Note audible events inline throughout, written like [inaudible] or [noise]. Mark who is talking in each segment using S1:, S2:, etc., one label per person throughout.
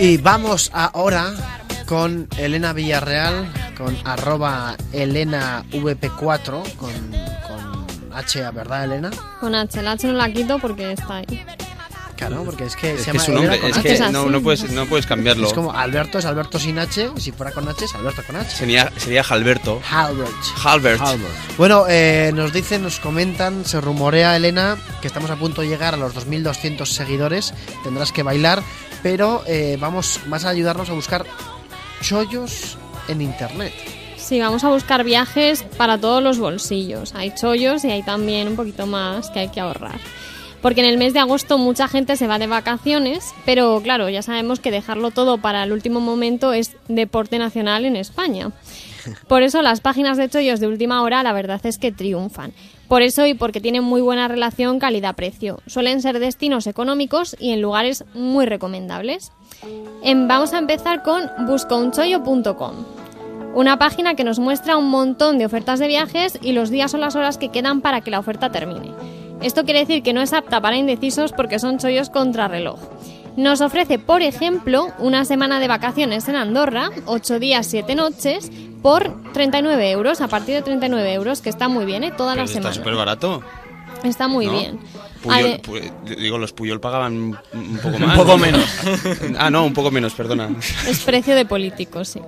S1: Y vamos ahora con Elena Villarreal, con arroba ElenaVP4, con, con H, ¿verdad, Elena?
S2: Con H, la H no la quito porque está ahí.
S1: Claro, porque es que
S3: Es
S1: se llama
S3: que es su nombre,
S1: Elena con
S3: es
S1: H.
S3: que
S2: Antes así.
S3: no, no, puedes, no puedes cambiarlo.
S1: Es como Alberto es Alberto sin H, y si fuera con H es Alberto con H.
S3: Sería, sería Halberto.
S1: Albert.
S3: Halbert.
S1: Bueno, eh, nos dicen, nos comentan, se rumorea, Elena, que estamos a punto de llegar a los 2.200 seguidores, tendrás que bailar, pero eh, vamos, vas a ayudarnos a buscar chollos en internet.
S2: Sí, vamos a buscar viajes para todos los bolsillos. Hay chollos y hay también un poquito más que hay que ahorrar. Porque en el mes de agosto mucha gente se va de vacaciones, pero claro, ya sabemos que dejarlo todo para el último momento es deporte nacional en España. Por eso las páginas de chollos de última hora la verdad es que triunfan. Por eso y porque tienen muy buena relación calidad-precio. Suelen ser destinos económicos y en lugares muy recomendables. Em, vamos a empezar con buscaunchollo.com. Una página que nos muestra un montón de ofertas de viajes y los días o las horas que quedan para que la oferta termine. Esto quiere decir que no es apta para indecisos porque son chollos contrarreloj. Nos ofrece, por ejemplo, una semana de vacaciones en Andorra, 8 días, 7 noches, por 39 euros, a partir de 39 euros, que está muy bien, ¿eh? toda
S3: Pero
S2: la
S3: está
S2: semana.
S3: súper barato.
S2: Está muy
S3: ¿no?
S2: bien.
S3: Puyol-
S2: Ade-
S3: Pu- digo, los Puyol pagaban un- un
S1: [laughs]
S3: poco más.
S4: Un poco
S3: ¿no?
S4: menos.
S3: [laughs] ah, no, un poco menos, perdona.
S2: [laughs] Es precio de político, sí.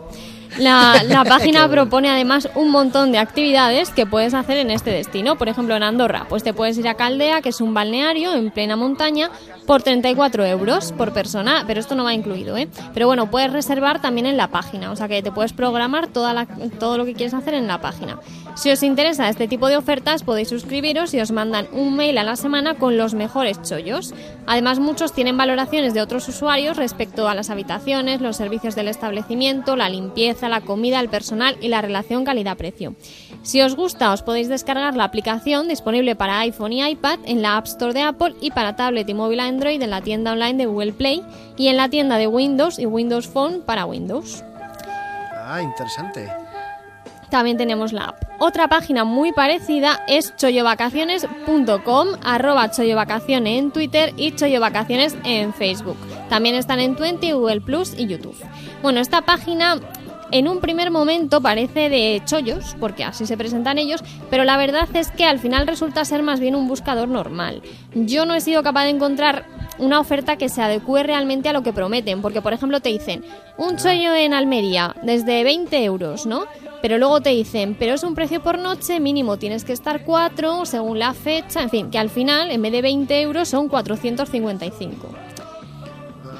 S2: La, la página propone además un montón de actividades que puedes hacer en este destino. Por ejemplo, en Andorra, pues te puedes ir a Caldea, que es un balneario en plena montaña, por 34 euros por persona, pero esto no va incluido, ¿eh? Pero bueno, puedes reservar también en la página, o sea que te puedes programar toda la- todo lo que quieres hacer en la página. Si os interesa este tipo de ofertas, podéis suscribiros y os mandan un mail a la semana con los mejores chollos. Además, muchos tienen valoraciones de otros usuarios respecto a las habitaciones, los servicios del establecimiento, la limpieza, la comida, el personal y la relación calidad-precio. Si os gusta, os podéis descargar la aplicación disponible para iPhone y iPad en la App Store de Apple y para tablet y móvil Android en la tienda online de Google Play y en la tienda de Windows y Windows Phone para Windows.
S1: Ah, interesante.
S2: También tenemos la app. Otra página muy parecida es chollovacaciones.com, arroba chollovacaciones en Twitter y chollovacaciones en Facebook. También están en Twenty, Google Plus y YouTube. Bueno, esta página en un primer momento parece de chollos, porque así se presentan ellos, pero la verdad es que al final resulta ser más bien un buscador normal. Yo no he sido capaz de encontrar una oferta que se adecue realmente a lo que prometen, porque por ejemplo te dicen un chollo en Almería desde 20 euros, ¿no? Pero luego te dicen, pero es un precio por noche, mínimo tienes que estar 4 según la fecha, en fin, que al final en vez de 20 euros son 455.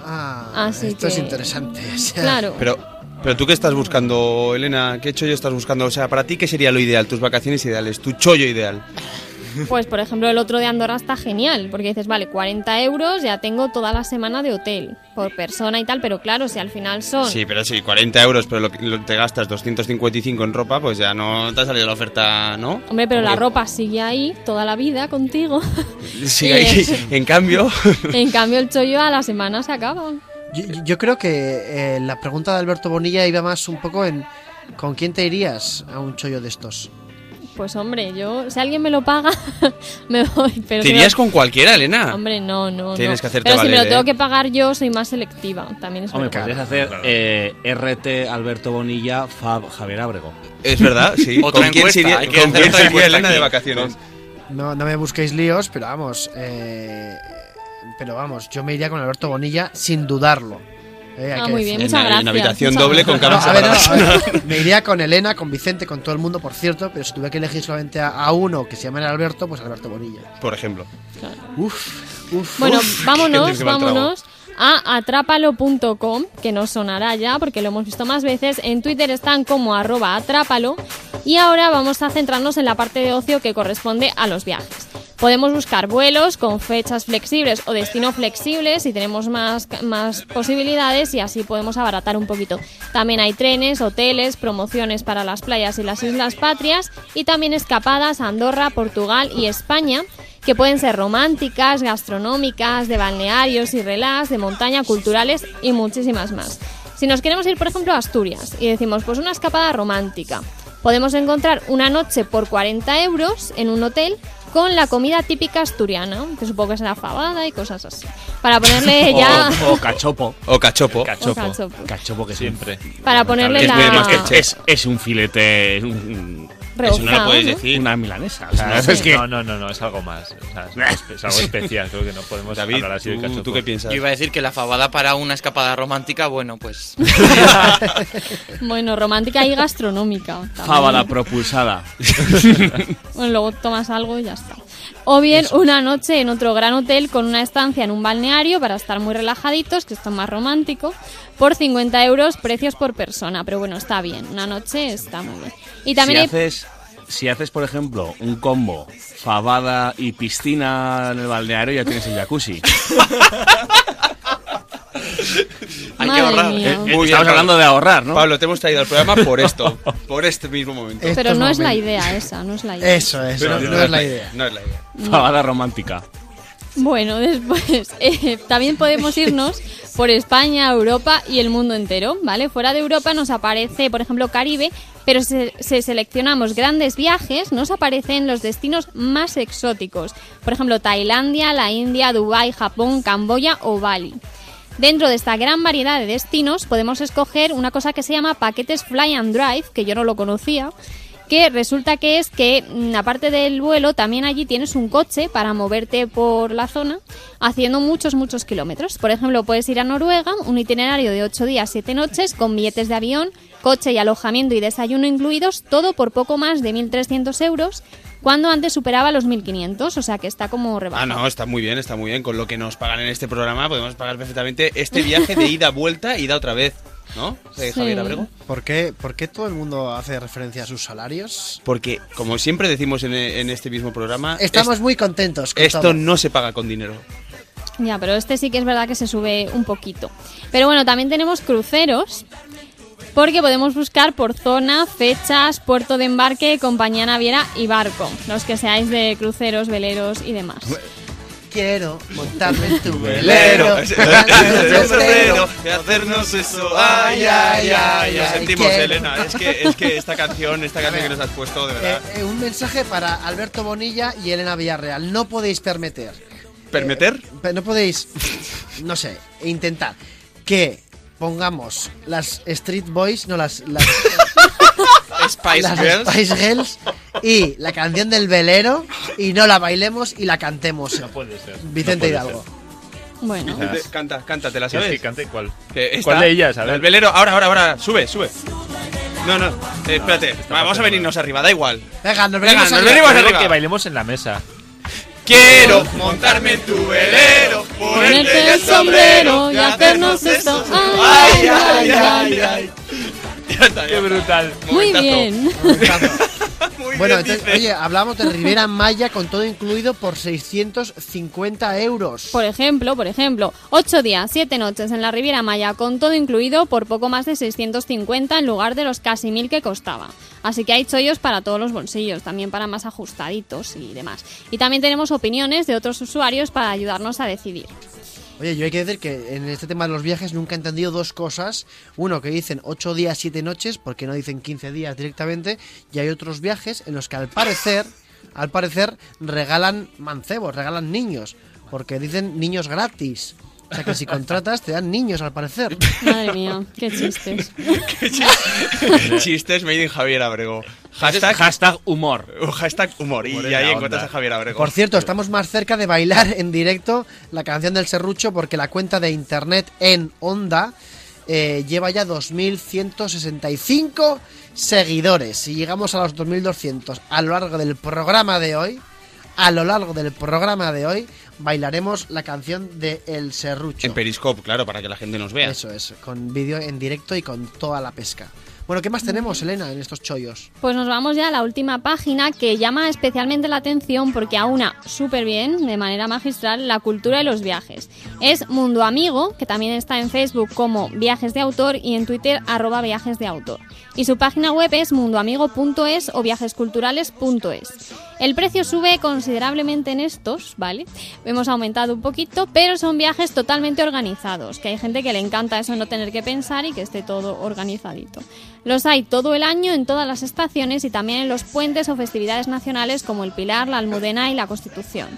S1: Ah,
S2: Así
S1: esto es
S2: que-
S1: interesante. o sea,
S2: Claro.
S3: Pero, pero tú qué estás buscando, Elena, ¿qué chollo estás buscando? O sea, para ti, ¿qué sería lo ideal? Tus vacaciones ideales, tu chollo ideal.
S2: [laughs] Pues, por ejemplo, el otro de Andorra está genial, porque dices, vale, 40 euros, ya tengo toda la semana de hotel, por persona y tal, pero claro, si al final son...
S3: Sí, pero sí, 40 euros, pero lo, que- lo- te gastas 255 en ropa, pues ya no te ha salido la oferta, ¿no?
S2: Hombre, pero la
S3: Porque-
S2: ropa sigue ahí toda la vida contigo. [laughs]
S3: Sí, ahí. en cambio,
S2: en cambio, el chollo a la semana se acaba.
S1: Yo, yo- yo creo que eh, la pregunta de Alberto Bonilla iba más un poco en ¿con quién te irías a un chollo de estos?
S2: Pues hombre, yo, si alguien me lo paga, [laughs] me voy. Pero
S3: te
S2: si me-
S3: irías con cualquiera, Elena.
S2: Hombre, no, no.
S3: Tienes
S2: no.
S3: que hacerte
S2: Pero si me
S3: valer,
S2: lo tengo
S3: ¿eh?
S2: que pagar yo, soy más selectiva. También es
S4: Hombre,
S2: verdad.
S4: podrías hacer eh, RT Alberto Bonilla, Fab Javier Ábrego.
S3: Es verdad, sí.
S5: [laughs] Otra
S3: ¿Con quién
S5: encuesta,
S3: sería,
S5: hay que
S3: con
S5: hacer
S3: quién
S5: otra
S3: sería
S5: encuesta
S3: Elena de
S5: aquí.
S3: vacaciones?
S1: No, no me busquéis líos, pero vamos. eh, pero vamos, yo me iría con Alberto Bonilla sin dudarlo. eh, hay
S2: Ah,
S1: que decirlo.
S2: muy bien,
S3: En-
S2: muchas
S3: en
S2: gracias.
S3: habitación
S2: muchas
S3: doble con
S2: gracias.
S1: No,
S3: camas
S1: a ver, no, [laughs]
S3: separadas.
S1: a ver, me iría con Elena, con Vicente, con todo el mundo, por cierto, pero si tuviera que elegir solamente a, a uno que se llamara Alberto, pues Alberto Bonilla.
S3: Por ejemplo.
S1: Uf, uf.
S2: Bueno,
S1: uf.
S3: gente
S2: vámonos,
S3: que va al
S2: vámonos a atrápalo.com, que nos sonará ya porque lo hemos visto más veces. En Twitter están como arroba atrápalo. Y ahora vamos a centrarnos en la parte de ocio que corresponde a los viajes. Podemos buscar vuelos con fechas flexibles o destino flexible si tenemos más, más posibilidades y así podemos abaratar un poquito. También hay trenes, hoteles, promociones para las playas y las islas patrias y también escapadas a Andorra, Portugal y España que pueden ser románticas, gastronómicas, de balnearios y relax, de montaña, culturales y muchísimas más. Si nos queremos ir, por ejemplo, a Asturias y decimos, pues una escapada romántica, podemos encontrar una noche por 40 euros en un hotel con la comida típica asturiana, que supongo que será fabada y cosas así. Para
S5: [laughs]
S2: ponerle Eh, ya...
S4: O,
S2: [laughs]
S4: o cachopo.
S3: O cachopo.
S4: Cachopo.
S2: cachopo.
S4: Cachopo que siempre.
S5: Siempre.
S2: Para ponerle
S5: Es
S2: la...
S5: muy
S4: Es,
S5: más
S4: es- es- es un filete. es un-
S5: Eso no
S2: rebozado,
S5: lo puedes
S2: ¿no?
S5: decir.
S4: una milanesa. o sea,
S5: No,
S4: es
S2: Sí.
S4: que-
S5: no, no, no, no, es algo más.
S1: [laughs]
S5: O sea, es, algo espe- es algo especial, creo que no podemos
S3: David,
S5: hablar así de
S3: ¿tú,
S5: cachopo.
S3: tú qué piensas?
S6: Yo iba a decir que la fabada para una escapada romántica, bueno, pues
S2: Bueno, romántica y gastronómica. también.
S4: Fábala propulsada.
S2: Bueno, luego tomas algo y ya está. O bien una noche en otro gran hotel con una estancia en un balneario para estar muy relajaditos, que esto es más romántico, por 50 euros precios por persona. Pero bueno, está bien, una noche está muy bien. Y también
S4: si
S2: hay...
S4: haces, si haces, por ejemplo, un combo fabada y piscina en el balneario, ya tienes el jacuzzi.
S6: hay
S2: Madre
S6: que ahorrar.
S2: mía.
S3: Eh, Muy bien,
S4: Estamos
S3: Pablo.
S4: hablando de ahorrar, ¿no?
S3: Pablo, te hemos traído al programa por esto, por este mismo momento.
S1: Eh,
S2: Pero
S1: estos
S2: no es la
S1: momentos.
S2: idea esa, no es la idea.
S1: Eso, eso, no, es la idea.
S3: No es la idea.
S4: Fabada romántica.
S2: Bueno, después [laughs] eh, también podemos irnos por España, Europa y el mundo entero, ¿vale? Fuera de Europa nos aparece, por ejemplo, Caribe, pero si, si seleccionamos grandes viajes, nos aparecen los destinos más exóticos. Por ejemplo, Tailandia, la India, Dubái, Japón, Camboya o Bali. Dentro de esta gran variedad de destinos podemos escoger una cosa que se llama paquetes Fly and Drive, que yo no lo conocía, que resulta que es que mm, aparte del vuelo también allí tienes un coche para moverte por la zona haciendo muchos, muchos kilómetros. Por ejemplo, puedes ir a Noruega, un itinerario de 8 días, 7 noches, con billetes de avión, coche y alojamiento y desayuno incluidos, todo por poco más de 1.300 euros, cuando antes superaba los 1.500, o sea que está como
S3: Ah,
S2: rebajado.
S3: no, está muy bien, está muy bien. Con lo que nos pagan en este programa podemos pagar perfectamente este viaje de ida, vuelta, ida otra vez. ¿No?
S2: Sí.
S3: Eh, Javier Abrego.
S1: ¿Por qué, ¿Por qué todo el mundo hace referencia a sus salarios?
S3: Porque, como siempre decimos en, en este mismo programa,
S1: Estamos muy contentos.
S3: est-
S1: Con
S3: esto
S1: todo.
S3: no se paga con dinero.
S2: Ya, pero este sí que es verdad que se sube un poquito. Pero bueno, también tenemos cruceros. Porque podemos buscar por zona, fechas, puerto de embarque, compañía naviera y barco. Los que seáis de cruceros, veleros y demás.
S1: Quiero montarme en tu
S3: Velero,
S1: velero.
S3: es- es-
S2: [laughs]
S1: Velero,
S3: es- velero, de hacernos eso. Ay, ay, ay. Lo
S1: ay,
S3: sentimos,
S1: qué-
S3: Elena. Es que, es que esta canción, esta canción que nos has puesto, de
S1: Eh,
S3: verdad.
S1: eh, un mensaje para Alberto Bonilla y Elena Villarreal. No podéis permitir,
S3: ¿Permeter?
S1: pe- no podéis, no sé, intentar que pongamos las Street Boys, no las, las,
S3: Spice
S1: las
S3: Girls.
S1: Spice Girls y la canción del velero y no la bailemos y la cantemos.
S5: No puede ser.
S1: Vicente
S5: No puede
S1: Hidalgo.
S2: Bueno,
S5: Quizás.
S3: Canta, canta, te la
S5: ser.
S3: sabes.
S5: ¿Quieres que cante cuál?
S3: Que esta-
S5: ¿Cuál de ellas? A ver.
S3: El velero, ahora, ahora, ahora, sube, sube. No, no, eh, espérate, vamos a venirnos arriba, da igual.
S1: Venga, nos
S3: Venga,
S1: venimos
S3: nos
S1: arriba.
S3: venimos
S5: Luego
S3: arriba.
S5: que bailemos en la mesa.
S3: Quiero montarme en tu velero,
S2: ponerte el sombrero y hacernos esto. Ay, ay, ay, ay.
S3: [laughs] Ya está, ya
S5: Qué brutal.
S2: Muy
S3: Momentazo.
S2: bien.
S3: Muy
S1: Bueno,
S3: bien,
S1: entonces,
S3: dice.
S1: oye, hablamos de
S3: [laughs]
S1: Rivera Maya con todo incluido por 650 euros.
S2: Por ejemplo, por ejemplo, 8 días, 7 noches en la Riviera Maya, con todo incluido por poco más de 650 en lugar de los casi 1000 que costaba. Así que hay chollos para todos los bolsillos, también para más ajustaditos y demás. Y también tenemos opiniones de otros usuarios para ayudarnos a decidir.
S1: Oye, yo hay que decir que en este tema de los viajes nunca he entendido dos cosas. Uno, que dicen 8 días, 7 noches, porque no dicen 15 días directamente. Y hay otros viajes en los que al parecer, al parecer, regalan mancebos, regalan niños. Porque dicen niños gratis. O sea que
S3: [laughs]
S1: si contratas te dan niños al parecer.
S2: Madre mía, qué chistes.
S1: [laughs]
S3: [laughs] Chistes made in Javier Abrego.
S4: Hashtag,
S3: Hashtag,
S4: humor.
S3: hashtag humor. Y
S4: Humor en
S3: ahí
S4: la
S3: encuentras
S4: onda.
S3: a Javier Abrego.
S1: Por cierto, estamos más cerca de bailar en directo la canción del Serrucho porque la cuenta de internet en Onda eh, lleva ya 2.165 seguidores. Si llegamos a los 2.200 a lo largo del programa de hoy, a lo largo del programa de hoy, bailaremos la canción de El Serrucho.
S3: En Periscope, claro, para que la gente nos vea.
S1: Eso es, con vídeo en directo y con toda la pesca. Bueno, ¿qué más tenemos, Elena, en estos chollos?
S2: Pues nos vamos ya a la última página que llama especialmente la atención porque aúna súper bien, de manera magistral, la cultura y los viajes. Es Mundo Amigo, que también está en Facebook como Viajes de Autor y en Twitter arroba Viajes de Autor. Y su página web es mundoamigo.es o viajesculturales.es. El precio sube considerablemente en estos, ¿vale? Hemos aumentado un poquito, pero son viajes totalmente organizados, que hay gente que le encanta eso, no tener que pensar y que esté todo organizadito. Los hay todo el año en todas las estaciones y también en los puentes o festividades nacionales como el Pilar, la Almudena y la Constitución.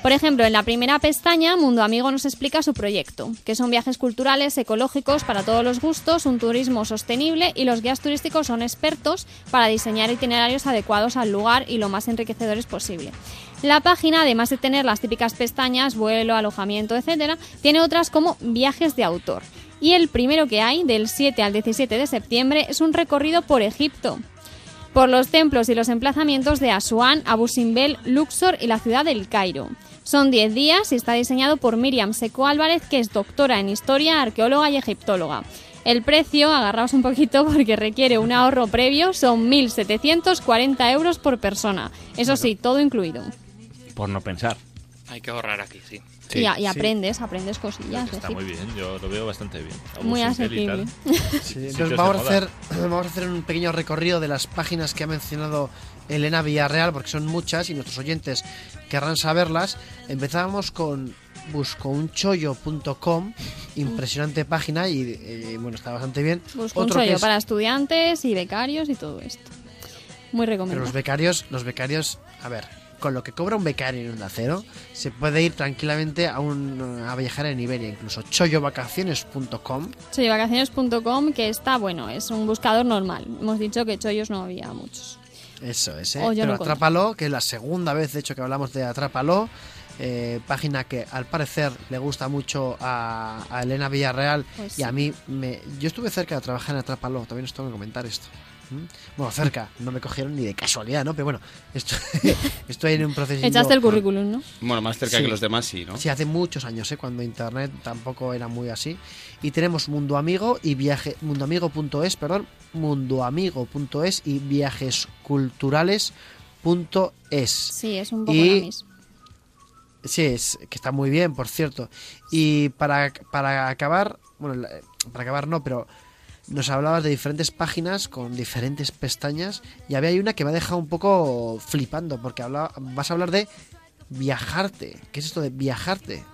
S2: Por ejemplo, en la primera pestaña, Mundo Amigo nos explica su proyecto, que son viajes culturales, ecológicos, para todos los gustos, un turismo sostenible y los guías turísticos son expertos para diseñar itinerarios adecuados al lugar y lo más enriquecedores posible. La página, además de tener las típicas pestañas, vuelo, alojamiento, etcétera, tiene otras como viajes de autor. Y el primero que hay, del 7 al 17 de septiembre, es un recorrido por Egipto, por los templos y los emplazamientos de Asuán, Abu Simbel, Luxor y la ciudad del Cairo. Son 10 días y está diseñado por Miriam Seco Álvarez, que es doctora en historia, arqueóloga y egiptóloga. El precio, agarraos un poquito porque requiere un ahorro previo, son 1.740 euros por persona. Eso sí, todo incluido.
S4: Por no pensar.
S6: Hay que ahorrar aquí, sí.
S2: y, a- y aprendes, aprendes cosillas. de
S5: Está
S2: Egipto.
S5: muy bien, yo lo veo bastante bien. Abu
S2: Muy
S5: Simbel y tal.
S2: asequible.
S5: Sí, sitios de
S1: Entonces vamos a,
S5: moda.
S1: hacer, vamos a hacer un pequeño recorrido de las páginas que ha mencionado Elena Villarreal, porque son muchas y nuestros oyentes querrán saberlas. Empezábamos con buscounchollo.com, impresionante página y eh, bueno, está bastante bien.
S2: Busco un
S1: Otro que
S2: sello
S1: es-
S2: para estudiantes y becarios y todo esto. Muy
S1: Pero los
S2: recomendable.
S1: becarios, los becarios, a ver, con lo que cobra un becario en Onda Cero, se puede ir tranquilamente a, un, a viajar en Iberia, incluso chollovacaciones.com.
S2: Choyovacaciones.com, que está, bueno, es un buscador normal. Hemos dicho que chollos no había muchos.
S1: Eso es, ¿eh?
S2: Oh, yo
S1: Pero
S2: no conto.
S1: Atrápalo, que es la segunda vez, de hecho, que hablamos de Atrápalo. eh, página que al parecer le gusta mucho a, a Elena Villarreal
S2: Pues
S1: y a
S2: sí.
S1: mí me yo estuve cerca de trabajar en Atrápalo también os tengo que comentar esto ¿Mm? bueno cerca no me cogieron ni de casualidad no pero bueno esto- [laughs] estoy en un proceso
S2: Echaste el currículum, ¿no?
S3: Bueno, más cerca
S1: Sí.
S3: que los demás, sí, ¿no?
S1: Sí, hace muchos años, ¿eh? cuando internet tampoco era muy así. Y tenemos Mundo Amigo y viaje mundoamigo.es, perdón, mundoamigo.es y viajesculturales.es.
S2: Sí, es un poco
S1: Y-
S2: la misma.
S1: Sí, es que está muy bien, por cierto. Y para, para acabar, bueno, la- para acabar no, pero nos hablabas de diferentes páginas con diferentes pestañas y había ahí una que me ha dejado un poco flipando porque habla, vas a hablar de viajarte. ¿Qué es esto de viajarte?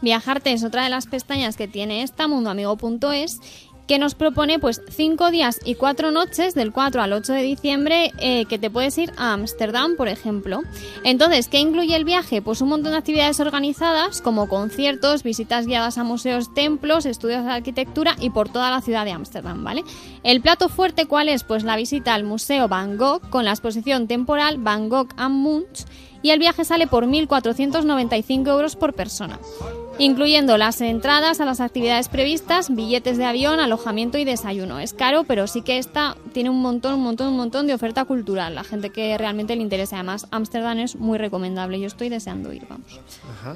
S2: Viajarte es otra de las pestañas que tiene esta, mundoamigo.es, que nos propone pues cinco días y cuatro noches del 4 al 8 de diciembre eh, que te puedes ir a Ámsterdam, por ejemplo. Entonces, ¿qué incluye el viaje? Pues un montón de actividades organizadas como conciertos, visitas guiadas a museos, templos, estudios de arquitectura y por toda la ciudad de Ámsterdam, ¿vale? El plato fuerte, ¿cuál es? Pues la visita al Museo Van Gogh con la exposición temporal Van Gogh and Munch y el viaje sale por 1.495 euros por persona incluyendo las entradas a las actividades previstas, billetes de avión, alojamiento y desayuno. Es caro, pero sí que esta tiene un montón, un montón, un montón de oferta cultural. La gente que realmente le interesa, además, Ámsterdam es muy recomendable. Yo estoy deseando ir, vamos.
S1: Ajá.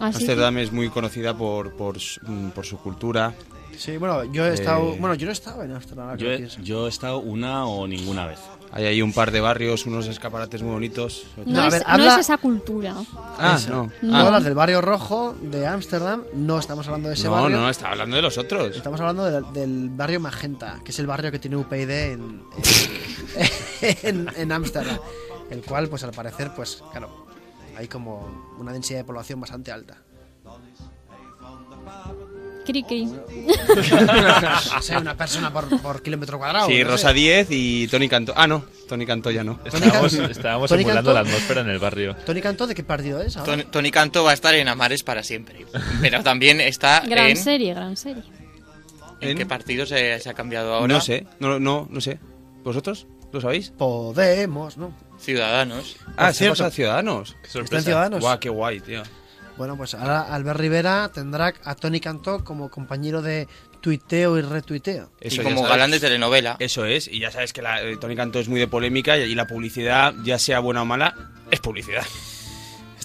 S1: Ah,
S2: Así que-
S3: Amsterdam Este es muy conocida por, por, su- mm, por su cultura.
S1: Sí, bueno, yo he estado.
S3: Eh,
S1: Bueno, yo no estaba en Ámsterdam. ahora que
S4: Yo
S1: lo
S4: he,
S1: pienso.
S4: yo he estado una o ninguna vez.
S3: Hay ahí un par de barrios, unos escaparates muy bonitos.
S2: no,
S1: No, a
S2: es,
S1: ver,
S2: no
S1: habla-
S2: es esa cultura.
S3: Ah, no.
S1: Tú hablas del barrio rojo de Ámsterdam. No estamos hablando de ese
S3: No,
S1: barrio.
S3: no, estaba hablando de los otros.
S1: Estamos hablando del- del barrio Magenta, que es el barrio que tiene UPyD en en- [laughs] en Ámsterdam. el cual, pues al parecer, pues claro, hay como una densidad de población bastante
S3: [laughs]
S1: alta.
S2: Cri, cri.
S1: O sea, una persona por, por kilómetro cuadrado.
S3: Sí,
S1: no sé.
S3: Rosa 10 y Tony Cantó. Ah, no, Tony Cantó ya no.
S5: Estábamos,
S1: Cantó.
S5: estábamos
S1: Tony
S5: emulando la
S1: Cantó.
S5: atmósfera en el barrio.
S1: Tony Cantó, ¿de qué partido es? ahora?
S6: Tony, Tony Canto va a estar en Amares para siempre. Pero también está
S2: [laughs] Gran
S6: Ah, en...
S2: serie, gran serie.
S6: ¿En
S3: ¿En?
S6: qué partido se, se ha cambiado ahora?
S3: No sé, no, no, no sé. ¿Vosotros? ¿Lo sabéis?
S1: Podemos, ¿no?
S6: Ciudadanos.
S3: Ah,
S1: Por
S3: sí,
S1: supuesto.
S3: Rosa Ciudadanos.
S5: Qué
S1: Están
S5: sorpresa.
S1: ciudadanos.
S3: Guau, qué guay, tío.
S1: Bueno, pues ahora Albert Rivera tendrá a Tony Cantó como compañero de tuiteo y retuiteo.
S3: Eso
S6: y
S3: ya
S6: como
S3: sabes.
S6: galán de telenovela.
S3: Eso es, y ya sabes que la, eh, Tony Cantó es muy de polémica y, y la publicidad, ya sea buena o mala, es publicidad.